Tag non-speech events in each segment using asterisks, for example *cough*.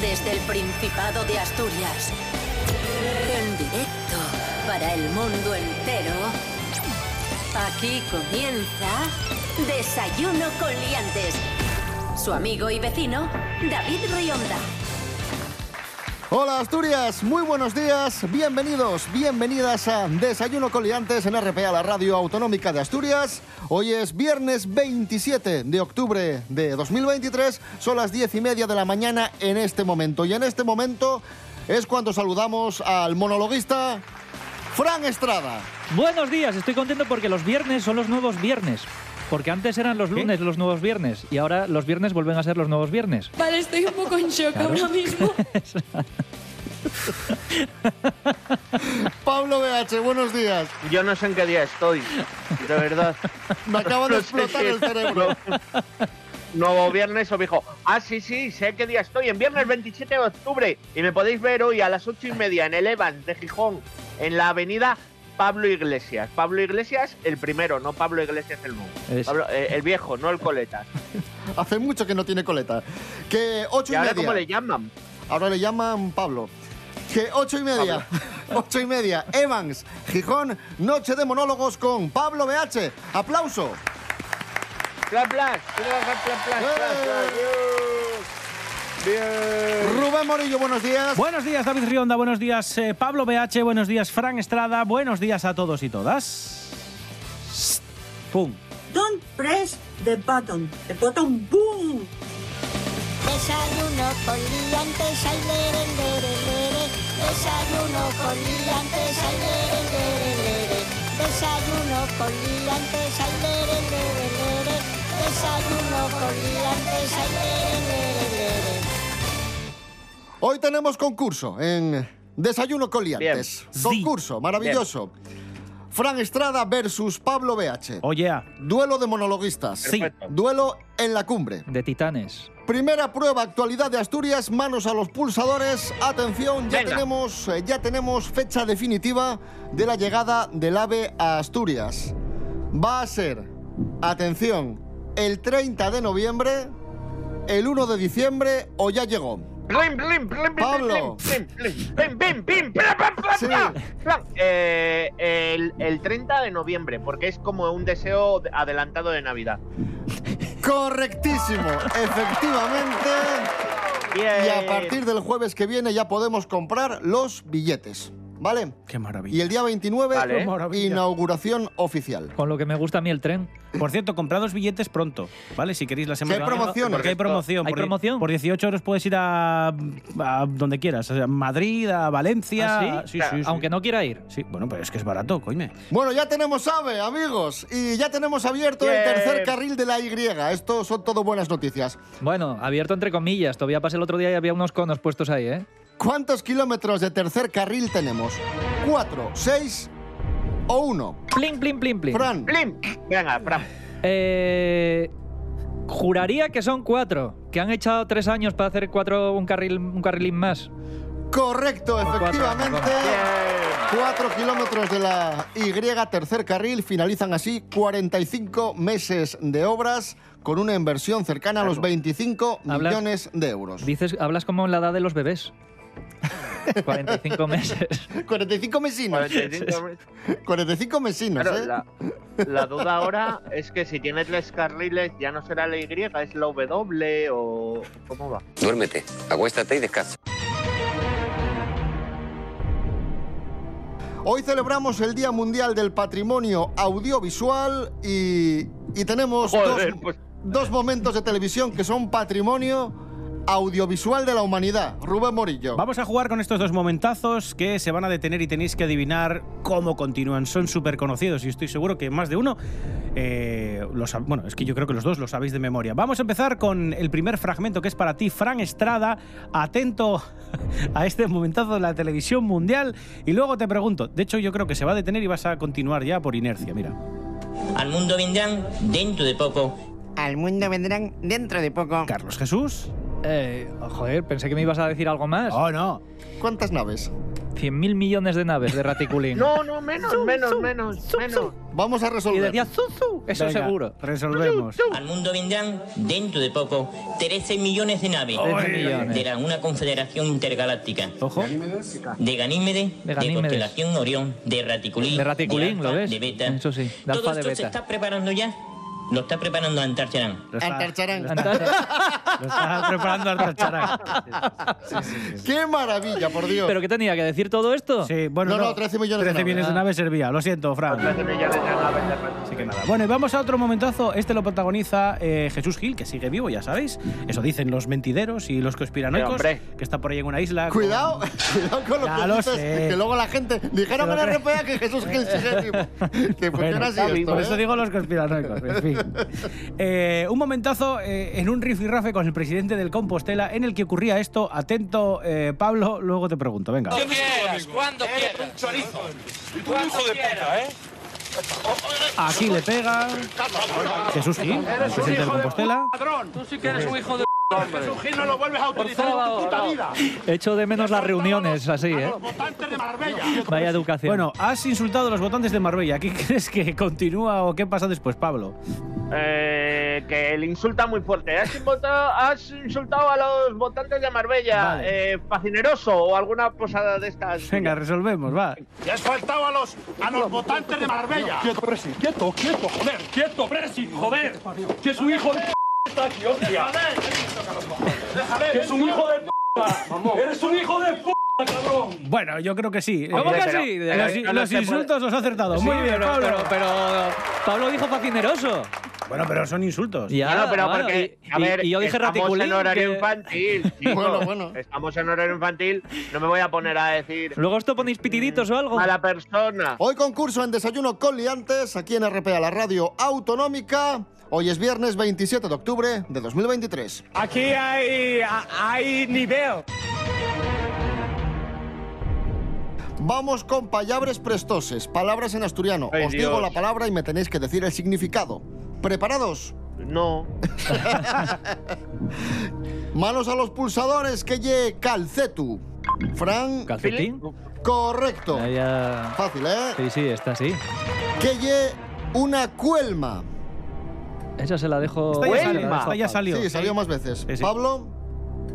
Desde el Principado de Asturias. En directo para el mundo entero. Aquí comienza Desayuno con Liantes. Su amigo y vecino, David Rionda. Hola Asturias, muy buenos días, bienvenidos, bienvenidas a Desayuno con Liantes en RPA, la radio autonómica de Asturias. Hoy es viernes 27 de octubre de 2023, son las 10 y media de la mañana en este momento. Y en este momento es cuando saludamos al monologuista Fran Estrada. Buenos días, estoy contento porque los viernes son los nuevos viernes. Porque antes eran los lunes los nuevos viernes y ahora los viernes vuelven a ser los nuevos viernes. Vale, estoy un poco en shock ahora *laughs* mismo. Pablo BH, buenos días. Yo no sé en qué día estoy, de verdad. Me acaba de *laughs* No sé explotar si el es cerebro. nuevo- Nuevo viernes o dijo, ah, sí, sí, sé qué día estoy, en viernes 27 de octubre. Y me podéis ver hoy a las ocho y media en el Evans de Gijón, en la avenida Pablo Iglesias. Pablo Iglesias, el primero, no Pablo Iglesias el nuevo. Es- Pablo, eh, el viejo, no el coletas. Hace mucho que no tiene coleta. Que ocho ¿Y y, ahora media. cómo le llaman? Ahora le llaman Pablo. Que ocho y media. *laughs* Ocho y media. Evans, Gijón, noche de monólogos con Pablo BH. Aplauso. Plas, plas, plas, plas, plas, plas, plas. Rubén Morillo, buenos días. Buenos días, David Rionda. Buenos días, eh, Pablo BH. Buenos días, Fran Estrada. Buenos días a todos y todas. Pum. Don't press the button. The button boom. Desayuno con liantes, ay, lere, lere, lere. Desayuno con liantes, ay, lere, lere, lere. Desayuno con liantes, ay, lere, lere, lere. Desayuno con liantes, ay, lere, lere, lere. Hoy tenemos concurso en Desayuno con Liantes. Bien. Concurso, maravilloso. Fran Estrada versus Pablo BH. Oye, Duelo de monologuistas. Oh. Sí. Perfecto. Duelo en la cumbre. De titanes. Primera prueba, actualidad de Asturias, manos a los pulsadores. Atención, ya Venga. tenemos, eh, ya tenemos fecha definitiva de la llegada del AVE a Asturias. Va a ser, atención, el 30 de noviembre, el 1 de diciembre o ya llegó. Blim, blim, blim, blim, Pablo. blim, blim, blim, blim, blim, blim, blim, blim, blim, Sí. blim, blim. Eh, el, el 30 de noviembre, porque es como un deseo de- adelantado de Navidad. *laughs* Correctísimo, efectivamente. Bien. Y a partir del jueves que viene ya podemos comprar los billetes, ¿vale? qué Y maravilla. el día 29, Vale. inauguración oficial. Con lo que me gusta a mí el tren. Por cierto, comprad los billetes pronto, ¿vale? Si queréis la semana hay que viene. promociones. Porque hay promoción. ¿Hay por, promoción? Por 18 euros puedes ir a, a donde quieras. A Madrid, a Valencia. ¿Ah, sí? Sí, Claro, sí, Aunque no quiera ir. Sí, bueno, pero es que es barato, coime. Bueno, ya tenemos AVE, amigos, y ya tenemos abierto el Bien. tercer carril de la Y. Esto son todo buenas noticias. Bueno, abierto entre comillas. Todavía pasé el otro día y había unos conos puestos ahí, ¿eh? ¿Cuántos kilómetros de tercer carril tenemos? ¿Cuatro, seis o uno? Plin, plin, plin, plin. Fran, Blim. Venga, Fran. Eh, juraría que son cuatro. Que han echado tres años para hacer cuatro, un, carril, un carrilín más. correcto, Cuatro, efectivamente. Bien. Cuatro kilómetros de la Y, tercer carril, finalizan así 45 meses de obras con una inversión cercana a los 25 Hablas- millones de euros. Dices, hablas como en la edad de los *laughs* bebés. 45 meses. 45 mesinos. 45 45 mesinos, Claro, ¿eh? la, la duda ahora es que si tiene tres carriles ya no será la Y, es la W o... ¿Cómo va? Duérmete, acuéstate y descansa. Hoy celebramos el Día Mundial del Patrimonio Audiovisual y, y tenemos Joder, dos, pues- dos momentos de televisión que son patrimonio audiovisual de la humanidad. Rubén Morillo. Vamos a jugar con estos dos momentazos que se van a detener y tenéis que adivinar cómo continúan. Son súper conocidos y estoy seguro que más de uno eh, lo sab- Bueno, es que yo creo que los dos lo sabéis de memoria. Vamos a empezar con el primer fragmento que es para ti, Fran Estrada. Atento *laughs* a este momentazo de la televisión mundial. Y luego te pregunto. De hecho, yo creo que se va a detener y vas a continuar ya por inercia. Mira. Al mundo vendrán dentro de poco. Al mundo vendrán dentro de poco. Carlos Jesús. Eh, joder, pensé que me ibas a decir algo más. Oh, no. ¿Cuántas naves? 100.000 millones de naves de *laughs* raticulín. No, no, menos, menos, menos, menos. Vamos a Y resolver. decía Zuzu, eso Venga, seguro. Resolvemos. Al mundo vendrán, dentro de poco, 13 millones de naves 13 millones. de la, una confederación intergaláctica. Ojo. De Ganímede, De de, Ganímedes. Constelación Orión, de Raticulín. De Raticulín, de ¿lo Alfa, ves? De Beta. Eso sí, de Todo Alfa, de esto se Beta. está preparando ya. Lo está preparando Antarcharán. Lo está, Antar- lo está preparando Arta Chará. ¡Qué maravilla, por Dios! ¿Pero qué tenía que decir todo esto? Sí, bueno, No, no, 13 millones de 13 millones de naves servía, lo siento, Fran. 13 millones de naves de repente. Así que nada. Bueno, y vamos a otro momentazo. Este lo protagoniza eh, Jesús Gil, que sigue vivo, ya sabéis. Eso dicen los mentideros y los Sí, conspiranoicos, hombre. que está por ahí en una isla. *laughs* con- Cuidado, cuidado con lo Ya que lo dices, sé. que luego la gente dijeron Lo en la creo. RPA que Jesús *laughs* Gil sigue vivo. Que Bueno, funciona así está esto, bien, por ¿eh? eso digo los conspiranoicos. *laughs* En fin. Eh, un momentazo eh, en un rifirrafe con el presidente del Compostela en el que ocurría esto. Atento, eh, Pablo, luego te pregunto. Venga. Aquí le pega Jesús Gil, el presidente del Compostela. Echo de menos las reuniones, así, ¿eh? Vaya educación. Bueno, has insultado a los votantes de Marbella. ¿Qué *laughs* crees que continúa o qué pasa después, Pablo? Eh, que le insulta muy fuerte. Has insultado, has insultado a los votantes de Marbella, Vale. eh, Facineroso o alguna posada de estas. Venga, resolvemos, va. Ya has faltado a los, a los votantes de Marbella. Quieto, Presi. Quieto, quieto, joder. Quieto, Presi, joder. Que es un hijo de p está aquí, hostia. Que es un hijo de p. Eres un hijo de p, cabrón. Bueno, yo creo que sí. ¿Cómo Hombre, que pero- sí? pero- Los, no pues, los se puede. insultos los ha acertado. Sí, Muy bien, pero- Pablo. Pero, pero- Pablo dijo facineroso. Bueno, pero son insultos. Ya, no, no, pero claro, porque, y- a y- ver, y yo dije estamos raticulín. en horario que- *laughs* infantil. chicos. Bueno, bueno. Estamos en horario infantil, no me voy a poner a decir Luego esto ponéis pitiditos o algo. a la persona. Hoy concurso en Desayuno con Liantes, aquí en RPA, la radio autonómica. Hoy es viernes 27 de octubre de 2023. Aquí hay, hay nivel. Vamos con palabras prestoses, palabras en asturiano. Ay, Os Dios. digo la palabra y me tenéis que decir el significado. ¿Preparados? No. Manos a los pulsadores, que ye calcetu. Fran, ¿Calcetín? correcto. Ah, ya. Fácil, ¿eh? Sí, sí, está así. Que ye una cuelma. Esa se la dejo. Esta ya, se la salió, dejo a esta ya Pablo. salió. Sí, salió más veces. Sí, sí. Pablo,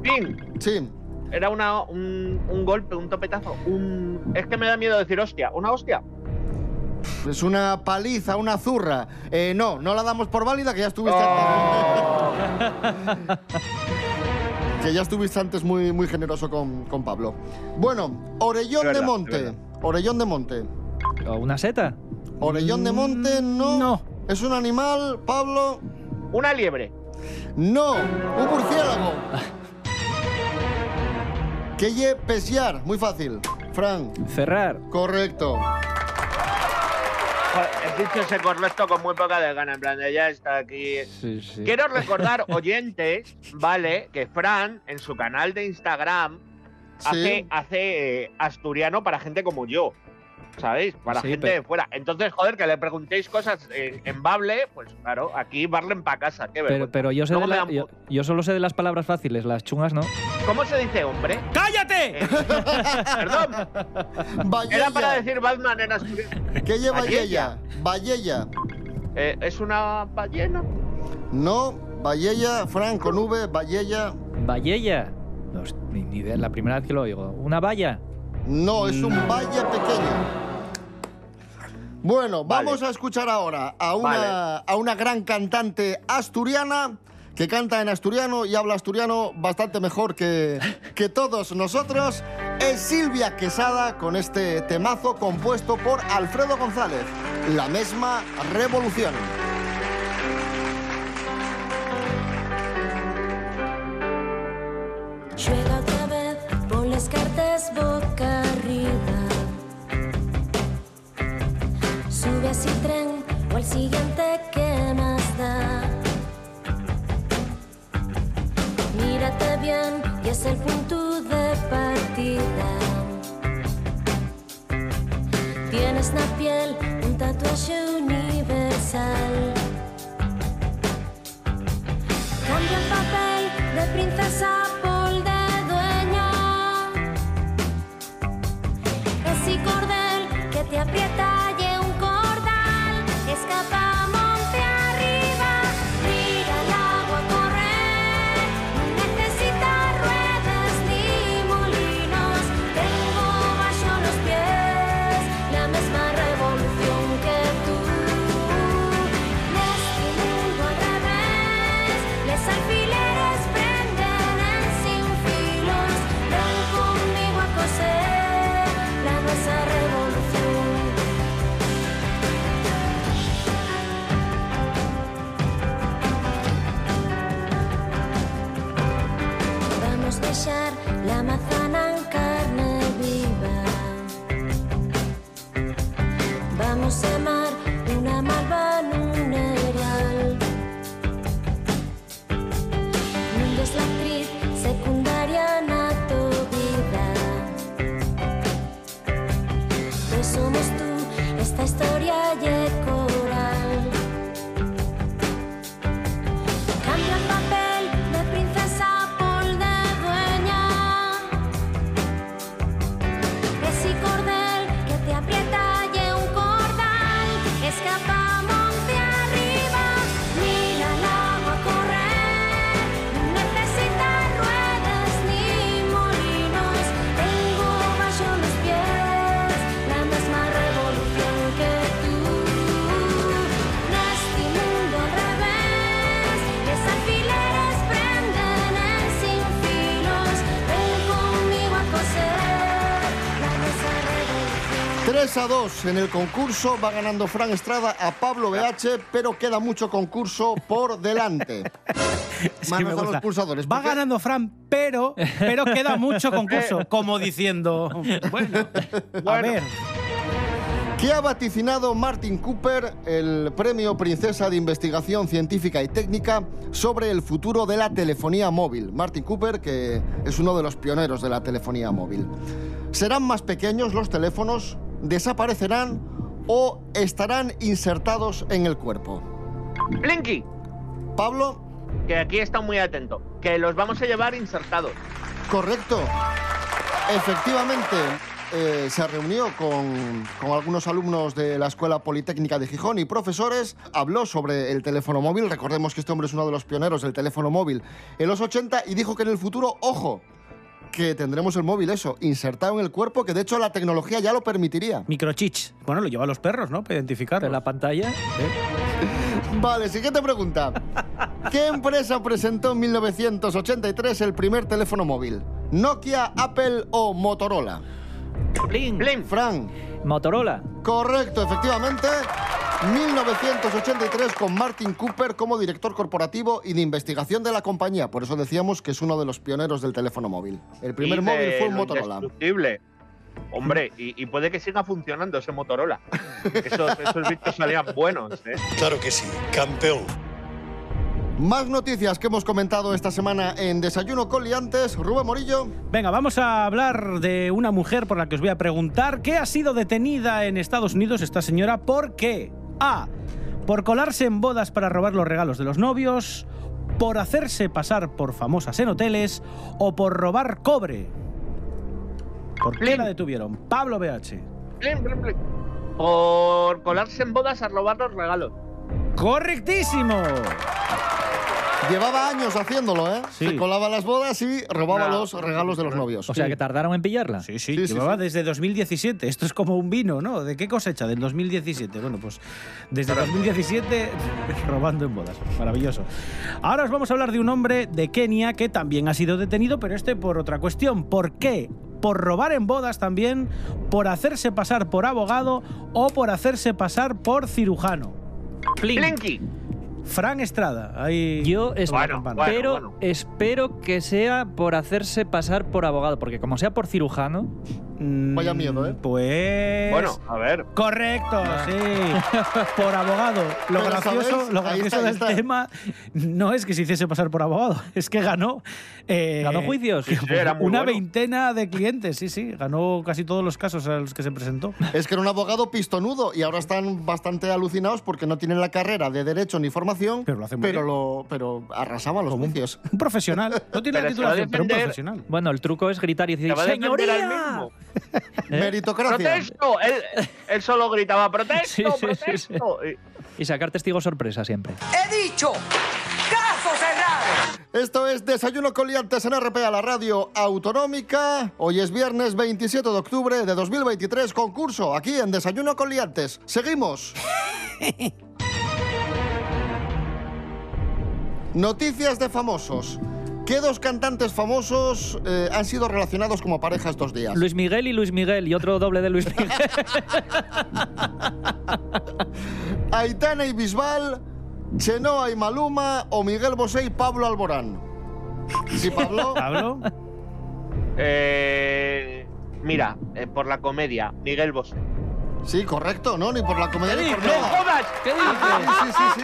Fin. sí. Era una, un, un golpe, un topetazo. Un... Es que me da miedo decir hostia. ¿Una hostia? Es una paliza, una zurra. Eh, no, no la damos por válida, que ya estuviste Oh. antes. *laughs* que ya estuviste antes muy, muy generoso con, con Pablo. Bueno, Orellón Es verdad, de es Monte. verdad. Orellón de Monte. ¿O una seta? Orellón de Monte, no. Mm, no. Es un animal, Pablo. Una liebre. No, un murciélago. que ye pescar, muy fácil. Fran, Cerrar. correcto. Joder, He dicho ese correcto con muy poca de gana. En plan, de ya está aquí. Sí, sí. Quiero *laughs* recordar, oyentes, ¿vale? Que Fran, en su canal de Instagram, Sí. hace, hace, eh, asturiano para gente como yo. ¿Sabéis? Para Sí, gente pero- de fuera. Entonces, joder, que le preguntéis cosas en, en Bable, pues claro, aquí Barlen para casa. Qué Pero, vergüenza. pero yo, sé de Luego me la- dan yo, pu- yo solo sé de las palabras fáciles, las chungas no. ¿Cómo se dice hombre? ¡Cállate! Eh, *laughs* Perdón, Vallella. era para decir Batman en asturiano. ¿Qué lleva Vallella. Vallella? Vallella. Eh, ¿Es una ballena? No, Vallella, Fran con V, Vallella. Vallella. No, es- ni ni idea, la primera vez que lo oigo. Una valla. No, es un valle pequeño. Bueno, Vale. vamos a escuchar ahora a una, a una gran cantante asturiana que canta en asturiano y habla asturiano bastante mejor que, que todos nosotros. Es Silvia Quesada con este temazo compuesto por Alfredo González. La misma revolución. Juega otra vez, pon las cartas boca arriba. Sube así tren o al siguiente que más da. Mírate bien y es el punto de partida. Tienes la piel, un tatuaje universal. Cambia el papel de princesa por de dueña. es la actriz secundaria a tu vida. No Pues somos tú, esta historia y el coral. Cambia el papel de princesa por de dueña. Ese cordel que te aprieta y un cordal. Escapamos de arriba, mira el agua correr. No necesita ruedas ni molinos. Tengo bajo los pies la misma revolución que tú. En este mundo al revés, los alfileres prenden en sin filos. Ven conmigo a coser la mesa revolución. 3 a 2 en el concurso va ganando Fran Estrada a Pablo BH, pero queda mucho concurso por *laughs* delante. Sí, me Manos a los gusta. pulsadores. Va porque- ganando Fran, pero, pero queda mucho concurso. Como diciendo, bueno, a ver. ¿Qué ha vaticinado Martin Cooper, el premio Princesa de Investigación Científica y Técnica, sobre el futuro de la telefonía móvil? Martin Cooper, que es uno de los pioneros de la telefonía móvil. ¿Serán más pequeños los teléfonos? ¿Desaparecerán o estarán insertados en el cuerpo? Blinky, Pablo, que aquí está muy atento, que los vamos a llevar insertados. Correcto. Efectivamente, eh, se reunió con, con algunos alumnos de la Escuela Politécnica de Gijón y profesores. Habló sobre el teléfono móvil. Recordemos que este hombre es uno de los pioneros del teléfono móvil en los 80 y dijo que en el futuro, ojo, que tendremos el móvil, eso, insertado en el cuerpo, que de hecho la tecnología ya lo permitiría. Microchips. Bueno, lo lleva a los perros, ¿no? Para identificarlos. la pantalla. Vale, siguiente pregunta. ¿Qué empresa presentó en 1983 el primer teléfono móvil? ¿Nokia, Apple o Motorola? Blin. Blim, Fran. Motorola. Correcto, efectivamente. 1983 con Martin Cooper como director corporativo y de investigación de la compañía. Por eso decíamos que es uno de los pioneros del teléfono móvil. El primer Y de móvil fue un lo Motorola. indestructible. Hombre, y, y puede que siga funcionando ese Motorola. Esos, esos vídeos salían buenos, ¿eh? Claro que sí, campeón. Más noticias que hemos comentado esta semana en Desayuno con Liantes. Rubén Morillo. Venga, vamos a hablar de una mujer por la que os voy a preguntar que ha sido detenida en Estados Unidos esta señora ¿Por qué? A. Por colarse en bodas para robar los regalos de los novios, por hacerse pasar por famosas en hoteles o por robar cobre. ¿Por qué Blin. la detuvieron? Pablo BH. Blim, blim, blim. Por colarse en bodas a robar los regalos. ¡Correctísimo! Llevaba años haciéndolo, ¿eh? Sí. Se colaba a las bodas y robaba No. los regalos de los novios. O sea, que tardaron en pillarla. Sí, sí, Sí, sí, llevaba sí. desde 2017. Esto es como un vino, ¿no? ¿De qué cosecha? Del 2017. Bueno, pues desde 2017 *laughs* robando en bodas. Maravilloso. Ahora os vamos a hablar de un hombre de Kenia que también ha sido detenido, pero este por otra cuestión. ¿Por qué? Por robar en bodas también, por hacerse pasar por abogado o por hacerse pasar por cirujano. Blinky. Fran Estrada, ahí. Yo Bueno, espero, bueno, bueno. espero que sea por hacerse pasar por abogado, porque como sea por cirujano, Mm, Vaya miedo, ¿eh? Pues. Bueno, a ver. Correcto, sí. Por abogado. Lo Ah. Pero, gracioso, ¿sabéis? lo Ahí gracioso está, ahí del está. tema no es que se hiciese pasar por abogado, *laughs* es que ganó. eh, ganó juicios. sí, sí, era muy Una bueno. veintena de clientes, sí, sí. Ganó casi todos los casos a los que se presentó. Es que era un abogado pistonudo y ahora están bastante alucinados porque no tienen la carrera de derecho ni formación, Pero lo hacen muy pero, bien. lo- pero arrasaban los juicios. Un profesional. No tiene la Pero se va a titulación, pero un defender. profesional. Bueno, el truco es gritar y decir, Te va a defender ¡Señoría! al mismo. Meritocracia. ¡Protesto! Él, él solo gritaba, ¡protesto, Sí, sí, sí, protesto! Y- Y sacar testigo sorpresa siempre. Esto es Desayuno con Liantes en RPA, la radio autonómica. Hoy es viernes 27 de octubre de 2023, concurso aquí en Desayuno con Liantes. Seguimos. Noticias de famosos. ¿Qué dos cantantes famosos eh, han sido relacionados como pareja estos días? Luis Miguel y Luis Miguel, y otro doble de Luis Miguel. Aitana y Bisbal, Chenoa y Maluma o Miguel Bosé y Pablo Alborán. Sí, Pablo. Pablo, Eh, mira, eh, por la comedia, Miguel Bosé. Sí, correcto, ¿no? Ni por la comedia ni por ¡No nada. jodas! ¿Qué dices? Sí, sí, sí.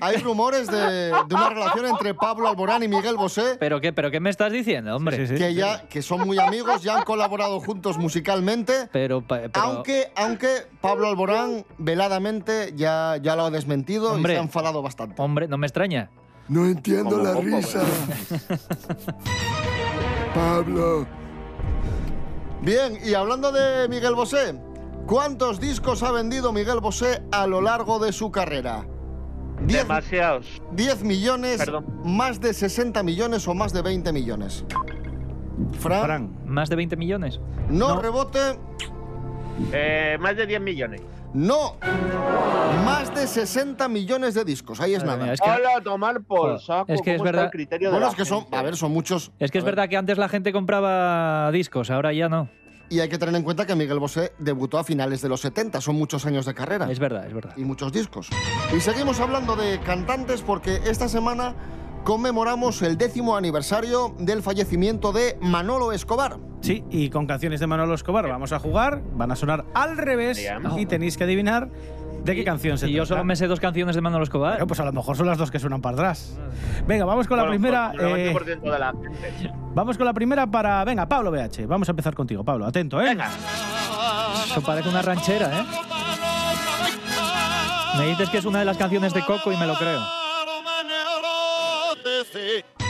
hay rumores de, de *laughs* una relación entre Pablo Alborán y Miguel Bosé. ¿Pero qué, pero qué me estás diciendo, hombre? que ya que son muy amigos, ya han colaborado juntos musicalmente. Pero, pa- pero- Aunque, aunque Pablo Alborán veladamente ya, ya lo ha desmentido Hombre. y se ha enfadado bastante. Hombre, no me extraña. No entiendo Como la poco, risa. Pablo. Bien, y hablando de Miguel Bosé, ¿cuántos discos ha vendido Miguel Bosé a lo largo de su carrera? Diez- Demasiados. 10 millones, Perdón. más de 60 millones o más de 20 millones. Fran, ¿Más de 20 millones? no, rebote, Eh, más de 10 millones. no. Más de 60 millones de discos, ahí es Madre nada. mía, es que- Hola, a tomar por saco. es que es ¿Cómo está verdad- el criterio de Bueno, la es que son, gente? a ver, son muchos. Es que es A ver. verdad que antes la gente compraba discos, ahora ya no. Y hay que tener en cuenta que Miguel Bosé debutó a finales de los 70, son muchos años Ah. de carrera. Es verdad, es verdad. Y muchos discos. Y seguimos hablando de cantantes porque esta semana conmemoramos el décimo aniversario del fallecimiento de Manolo Escobar. Sí, y con canciones de Manolo Escobar vamos a jugar, van a sonar al revés Bien. y tenéis que adivinar de qué canción se Y trata. yo solo me sé dos canciones de Manolo Escobar. Bueno, pues a lo mejor son las dos que suenan para atrás. Venga, vamos con la Bueno, primera. pues, eh, 90% de la gente. vamos con la primera para. Venga, Pablo BH. Vamos a empezar contigo, Pablo. Atento, ¿eh? Venga. Eso parece una ranchera, ¿eh? Me dices que es una de las canciones de Coco y me lo creo.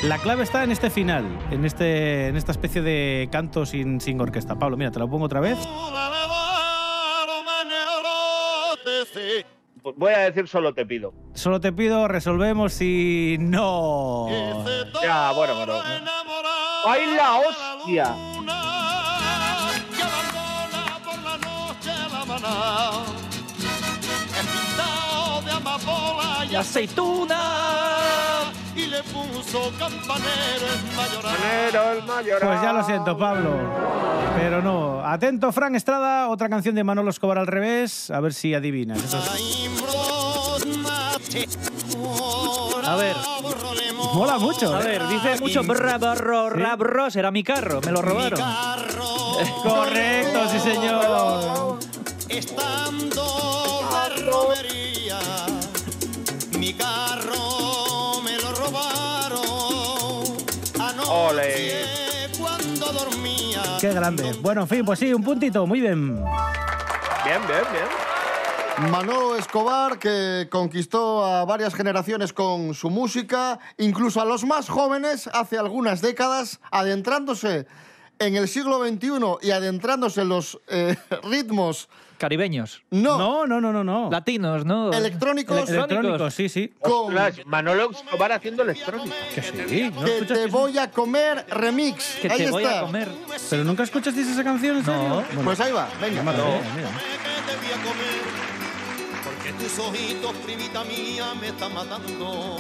La clave está en este final, en, este, en esta especie de canto sin, sin orquesta. Pablo, mira, te lo pongo otra vez. Voy a decir solo te pido. Solo te pido, resolvemos si no. Ya, bueno, pero. ¡Ay, la hostia! ¡La aceituna! Y le puso campanero en mayoral. Manero el mayor. Pues ya lo siento, Pablo. Pero no. Atento, Fran Estrada, otra canción de Manolo Escobar al revés. A ver si adivinas. Eso sí. A ver, Mola mucho. a ¿eh? ver, dice mucho brabarro, rabro, era mi carro, me lo robaron. Correcto, sí, señor. Estando de romería, mi carro me lo robaron. Ole. Cuando dormía. Qué grande. Bueno, en fin, pues sí, un puntito. Muy bien. Bien, bien, bien. Manolo Escobar, que conquistó a varias generaciones con su música, incluso a los más jóvenes hace algunas décadas, adentrándose en el siglo XXI y adentrándose en los eh, *laughs* ritmos, Caribeños, no, No, no, no, no, no. latinos, ¿no? electrónicos, Electrónicos, sí, sí. con Ostras, Manolo Escobar haciendo electrónica. Que sí. ¿no Que escuchas te eso? voy a comer remix. Que ahí te está. voy a comer. ¿Pero nunca escuchasteis esa canción? en serio? *laughs* No. Bueno, Pues ahí va, venga. madre mía, mira. te voy a comer, porque tus ojitos, primita mía, me están matando.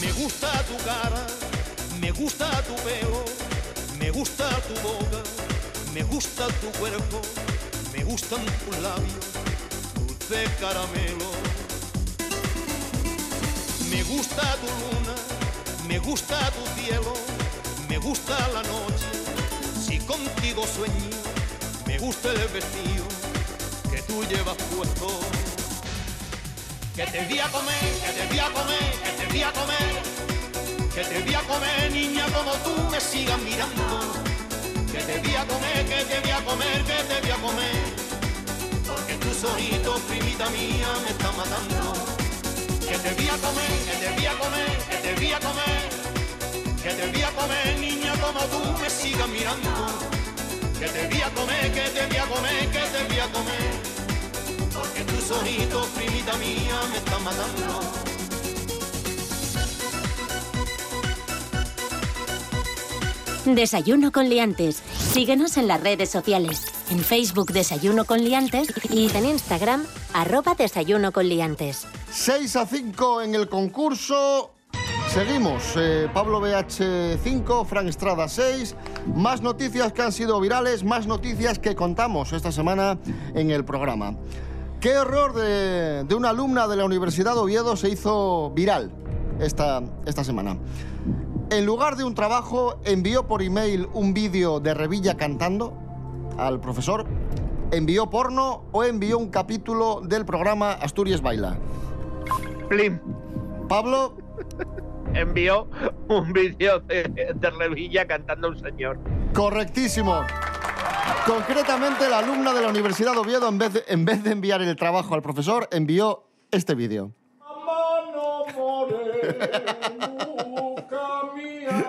Me gusta tu cara, me gusta tu pelo, me gusta tu boca, me gusta tu cuerpo, me gustan tus labios, dulce caramelo. Me gusta tu luna, me gusta tu cielo, me gusta la noche, si contigo sueño, me gusta el vestido que tú llevas puesto. Que te voy a comer, que te voy a comer, que te voy a comer. Que te voy a comer, niña, como tú me sigas mirando. Que te voy a comer, que te voy a comer, que te voy a comer. Porque tus ojitos, primita mía, me están matando. Que te voy a comer, que te voy a comer, que te voy a comer. Que te voy a comer, niña, como tú me sigas mirando. Que te voy a comer, que te voy a comer, que te voy a comer. Porque tus ojitos, primita mía, me están matando. Desayuno con liantes. Síguenos en las redes sociales. En Facebook Desayuno con liantes y en Instagram arroba Desayuno con liantes. 6 a 5 en el concurso. Seguimos. eh, Pablo BH 5, Frank Estrada 6. Más noticias que han sido virales, más noticias que contamos esta semana en el programa. ¿Qué error de, de una alumna de la Universidad de Oviedo se hizo viral esta, esta semana? En lugar de un trabajo, envió por email un vídeo de Revilla cantando al profesor, envió porno o envió un capítulo del programa Asturias Baila. Plim. Pablo, Envió un vídeo de, de Revilla cantando a un señor. correctísimo. Concretamente, la alumna de la Universidad de Oviedo, en vez de, en vez de enviar el trabajo al profesor, envió este vídeo. Mano morenuca mía,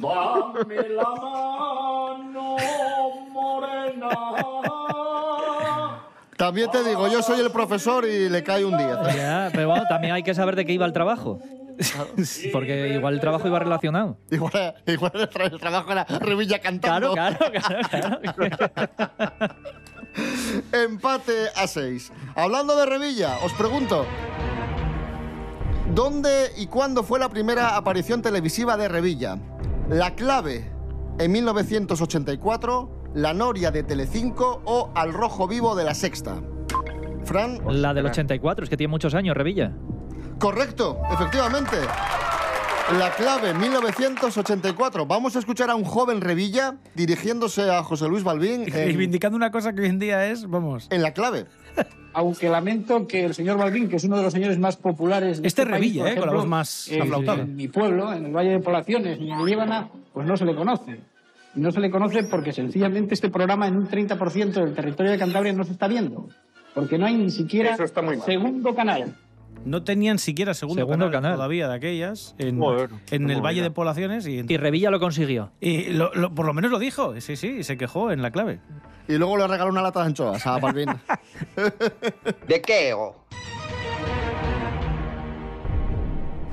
dame la mano morena. También te digo, yo soy el profesor y le cae un 10. Ya, pero bueno, también hay que saber de qué iba el trabajo. Porque igual el trabajo iba relacionado. Igual, igual el, tra- el trabajo era Revilla cantando. Claro, claro, claro. claro. Empate a 6. Hablando de Revilla, os pregunto. ¿Dónde y cuándo fue la primera aparición televisiva de Revilla? La clave, en 1984, La Noria de Telecinco o Al Rojo Vivo de la Sexta. Fran, La del 84, es que tiene muchos años, Revilla. correcto, efectivamente. La clave, 1984. Vamos a escuchar a un joven Revilla dirigiéndose a José Luis Balbín en, Reivindicando una cosa que hoy en día es, vamos. en La clave. Aunque lamento que el señor Balvin, que es uno de los señores más populares. de Este país, Revilla, eh, por con la ejemplo, voz más eh, aflautada. En mi pueblo, en el Valle de Poblaciones, ni en Líbana, pues no se le conoce. Y No se le conoce porque sencillamente este programa en un 30% del territorio de Cantabria no se está viendo. Porque no hay ni siquiera Eso está muy mal. segundo canal. No tenían siquiera segundo, Segundo canal, canal. todavía de aquellas en, Joder, en qué el Valle movida. de Poblaciones y, Y Revilla lo consiguió. y lo- lo- por lo menos lo dijo, sí, sí, y se quejó en la clave. Y luego le regaló una lata de anchoas a Balvin. ¿De qué?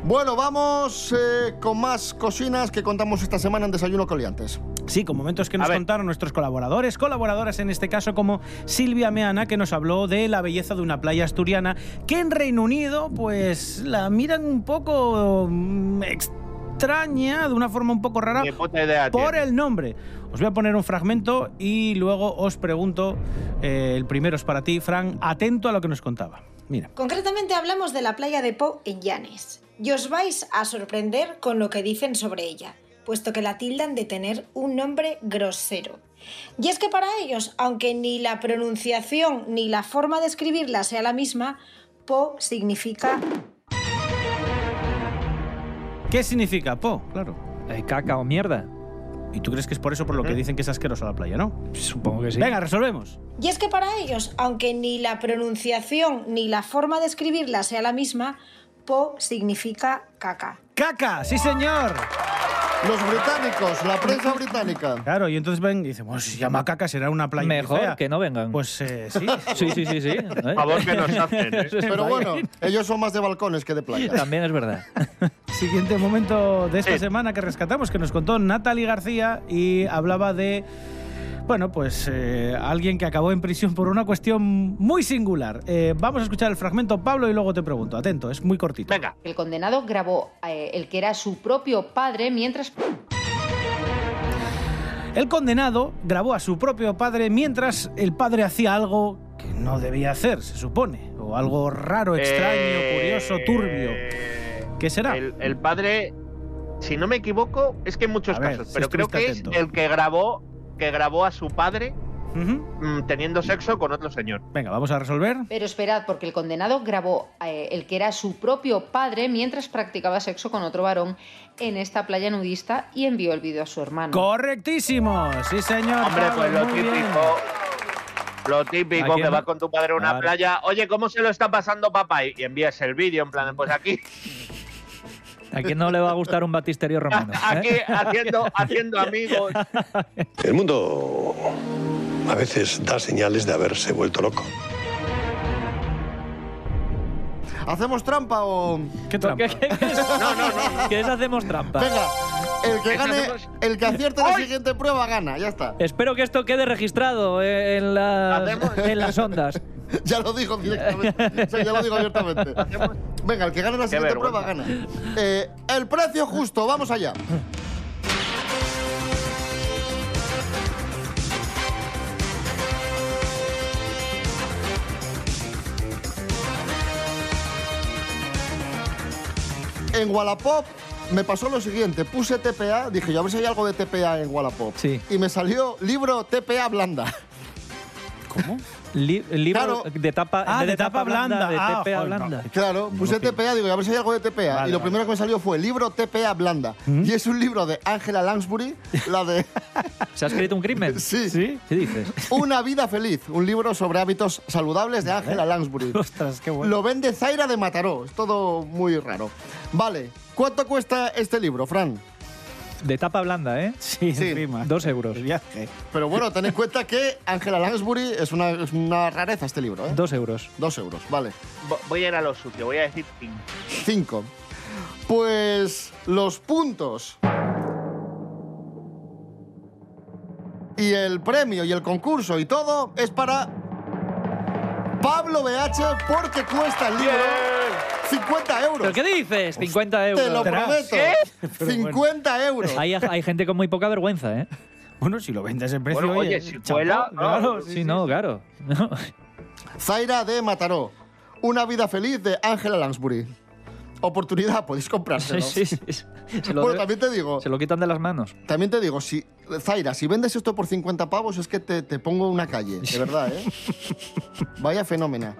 Bueno, vamos eh, con más cocinas que contamos esta semana en Desayuno Coliantes. Sí, con momentos que nos ver. contaron nuestros colaboradores, colaboradoras en este caso como Silvia Meana, que nos habló de la belleza de una playa asturiana, que en Reino Unido pues la miran un poco mm, extraña, de una forma un poco rara, Ni puta idea por tiene. el nombre. Os voy a poner un fragmento y luego os pregunto, eh, el primero es para ti, Fran, atento a lo que nos contaba. Mira. Concretamente hablamos de la playa de Po en Llanes. Y os vais a sorprender con lo que dicen sobre ella, puesto que la tildan de tener un nombre grosero. Y es que para ellos, aunque ni la pronunciación ni la forma de escribirla sea la misma, Po significa ¿Qué significa po? Claro. Eh, caca o mierda. ¿Y tú crees que es por eso por lo que dicen que es asquerosa la playa, no? Supongo que Mm. sí. Venga, resolvemos. Y es que para ellos, aunque ni la pronunciación ni la forma de escribirla sea la misma, po significa caca. ¡Caca! ¡Sí, señor! Los británicos, la prensa *laughs* británica. Claro, y entonces ven y dicen, bueno, si se llama caca será una playa muy Mejor fea". que no vengan. Pues eh, *laughs* sí. Sí, sí, sí, sí. ¿eh? Favor que nos *laughs* hacen. ¿eh? Pero bueno, ellos son más de balcones que de playa. *laughs* También es verdad. Siguiente momento de esta Sí. semana que rescatamos, que nos contó Natalie García y hablaba de, bueno, pues eh, alguien que acabó en prisión por una cuestión muy singular. Eh, vamos a escuchar el fragmento, Pablo, y luego te pregunto. Atento, es muy cortito. Venga. El condenado grabó eh, el que era su propio padre mientras El condenado grabó a su propio padre mientras el padre hacía algo que no debía hacer, se supone, o algo raro, extraño, Eh, curioso, turbio. ¿Qué será? El, el padre, si no me equivoco, es que en muchos A ver, casos, si pero creo que estuviste es atento. el que grabó, que grabó a su padre Ujú. mm, teniendo sexo con otro señor. Venga, vamos a resolver. Pero esperad, porque el condenado grabó eh, el que era su propio padre mientras practicaba sexo con otro varón en esta playa nudista y envió el vídeo a su hermano. Correctísimo, sí señor. Hombre, Pablo, pues lo Ah, muy bien. típico. Lo típico Aquí que no- va con tu padre a una Claro. playa. Oye, ¿cómo se lo está pasando papá? Y envías el vídeo en plan, pues aquí, ¿A quién no le va a gustar un *laughs* batisterio romano? aquí eh? haciendo, *laughs* haciendo amigos. El mundo a veces da señales de haberse vuelto loco. ¿Hacemos trampa o...? ¿Qué trampa? ¿Qué, qué- qué es, ¿Qué es hacemos trampa? Venga, el que gane, el que acierte la siguiente prueba gana, ya está. Espero que esto quede registrado eh, en las, Hacemos- en las ondas. *laughs* Ya lo digo directamente. O sea, ya lo digo abiertamente. Venga, el que gane la siguiente vergüenza. prueba gana. Eh, el precio justo, vamos allá. En Wallapop me pasó lo siguiente. Puse TPA, dije yo, a ver si hay algo de TPA en Wallapop. Sí. Y me salió libro TPA blanda. ¿Cómo? libro Claro. de tapa, en vez de tapa blanda, de TPA blanda. Claro, puse TPA, digo, a ver si hay algo de TPA. Vale, y lo vale. primero que me salió fue libro TPA blanda. ¿Mm? Y es un libro de Angela Lansbury, la *laughs* de ¿Se ha escrito un crimen? Sí. ¿Qué dices? Una vida feliz, un libro sobre hábitos saludables de Ángela Lansbury. Ostras, qué bueno. Lo vende Zaira de Mataró, es todo muy raro. Vale, ¿cuánto cuesta este libro, Fran? De tapa blanda, ¿eh? Sí, encima. Dos euros. viaje. Pero bueno, ten en cuenta que Ángela Lansbury es una, es una rareza este libro, ¿eh? Dos euros. Dos euros, vale. Vo- Voy a ir a lo sucio, voy a decir cinco. Cinco. Pues los puntos. Y el premio y el concurso y todo es para Pablo BH porque cuesta el libro 50 euros. ¿Pero qué dices? 50 euros. Te lo prometo. ¿Qué? 50 euros. Hay, hay gente con muy poca vergüenza, ¿eh? Bueno, si lo vendes en precio, Bueno, oye, oye, si chapó, cuela, claro, sí, no, claro. *laughs* No. Zaira de Mataró. Una vida feliz de Ángela Lansbury. Oportunidad, podéis comprárselo. Sí, sí, sí. Se lo Bueno, de- también te digo, se lo quitan de las manos. también te digo, si Zaira, si vendes esto por 50 pavos es que te, te pongo una calle, de verdad, ¿eh? Vaya fenómena.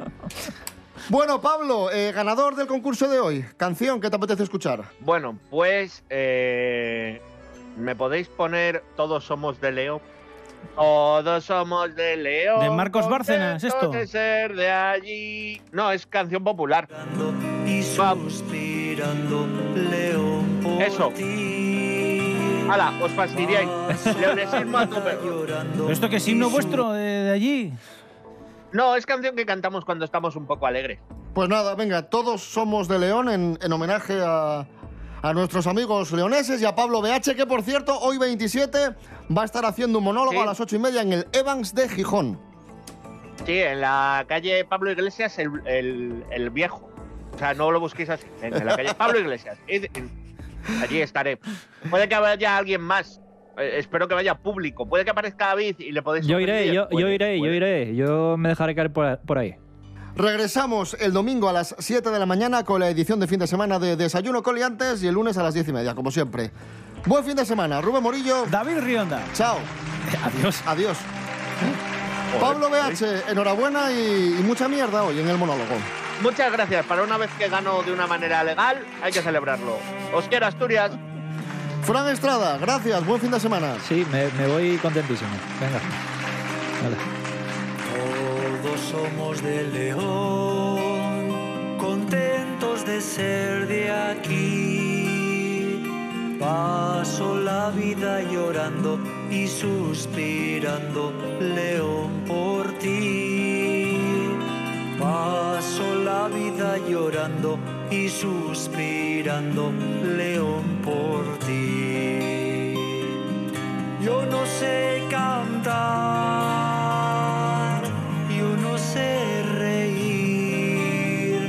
Bueno, Pablo, eh, ganador del concurso de hoy, canción que te apetece escuchar. Bueno, pues eh, me podéis poner Todos somos de León. Todos somos de León. De Marcos Bárcenas, contentos esto. de ser de allí. No, es canción popular. Va. Eso. Hala, os fastidiáis. Leonesismo a tope. ¿Pero ¿Esto qué es himno vuestro de, de allí? No, es canción que cantamos cuando estamos un poco alegres. Pues nada, venga, todos somos de León en, en homenaje a, a nuestros amigos leoneses y a Pablo BH, que por cierto, hoy 27 va a estar haciendo un monólogo Sí. a las 8 y media en el Evans de Gijón. Sí, en la calle Pablo Iglesias, el, el- el viejo. O sea, no lo busquéis así. En la calle Pablo Iglesias. *laughs* Es- es- Allí estaré. Puede que vaya alguien más. Eh, espero que vaya público. Puede que aparezca David y le podéis. Yo iré, sorprender. yo, yo Puede, iré, yo puede. iré. Yo me dejaré caer por, por ahí. Regresamos el domingo a las 7 de la mañana con la edición de fin de semana de Desayuno Coliantes y el lunes a las 10 y media, como siempre. Buen fin de semana, Rubén Morillo. David Rionda. Chao. Adiós. Adiós. Pablo BH, enhorabuena y, y mucha mierda hoy en el monólogo. Muchas gracias. Para una vez que gano de una manera legal, hay que celebrarlo. Os quiero, Asturias. Fran Estrada, gracias, buen fin de semana. Sí, me, me voy contentísimo. Venga. Vale. Todos somos de León, contentos de ser de aquí. Paso la vida llorando y suspirando, León, por ti. Paso la vida llorando y suspirando, León, por ti. Yo no sé cantar, yo no sé reír.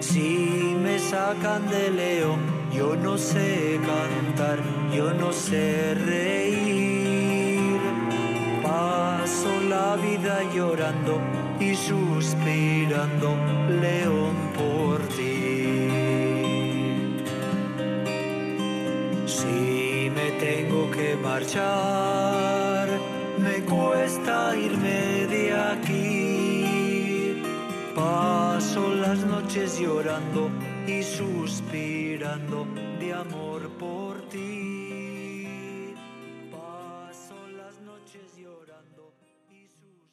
Si me sacan de leo, yo no sé cantar, yo no sé reír. Paso la vida llorando y suspirando, león por ti. Si me tengo que marchar, me cuesta irme de aquí. Paso las noches llorando y suspirando de amor por ti. Paso las noches llorando y suspirando.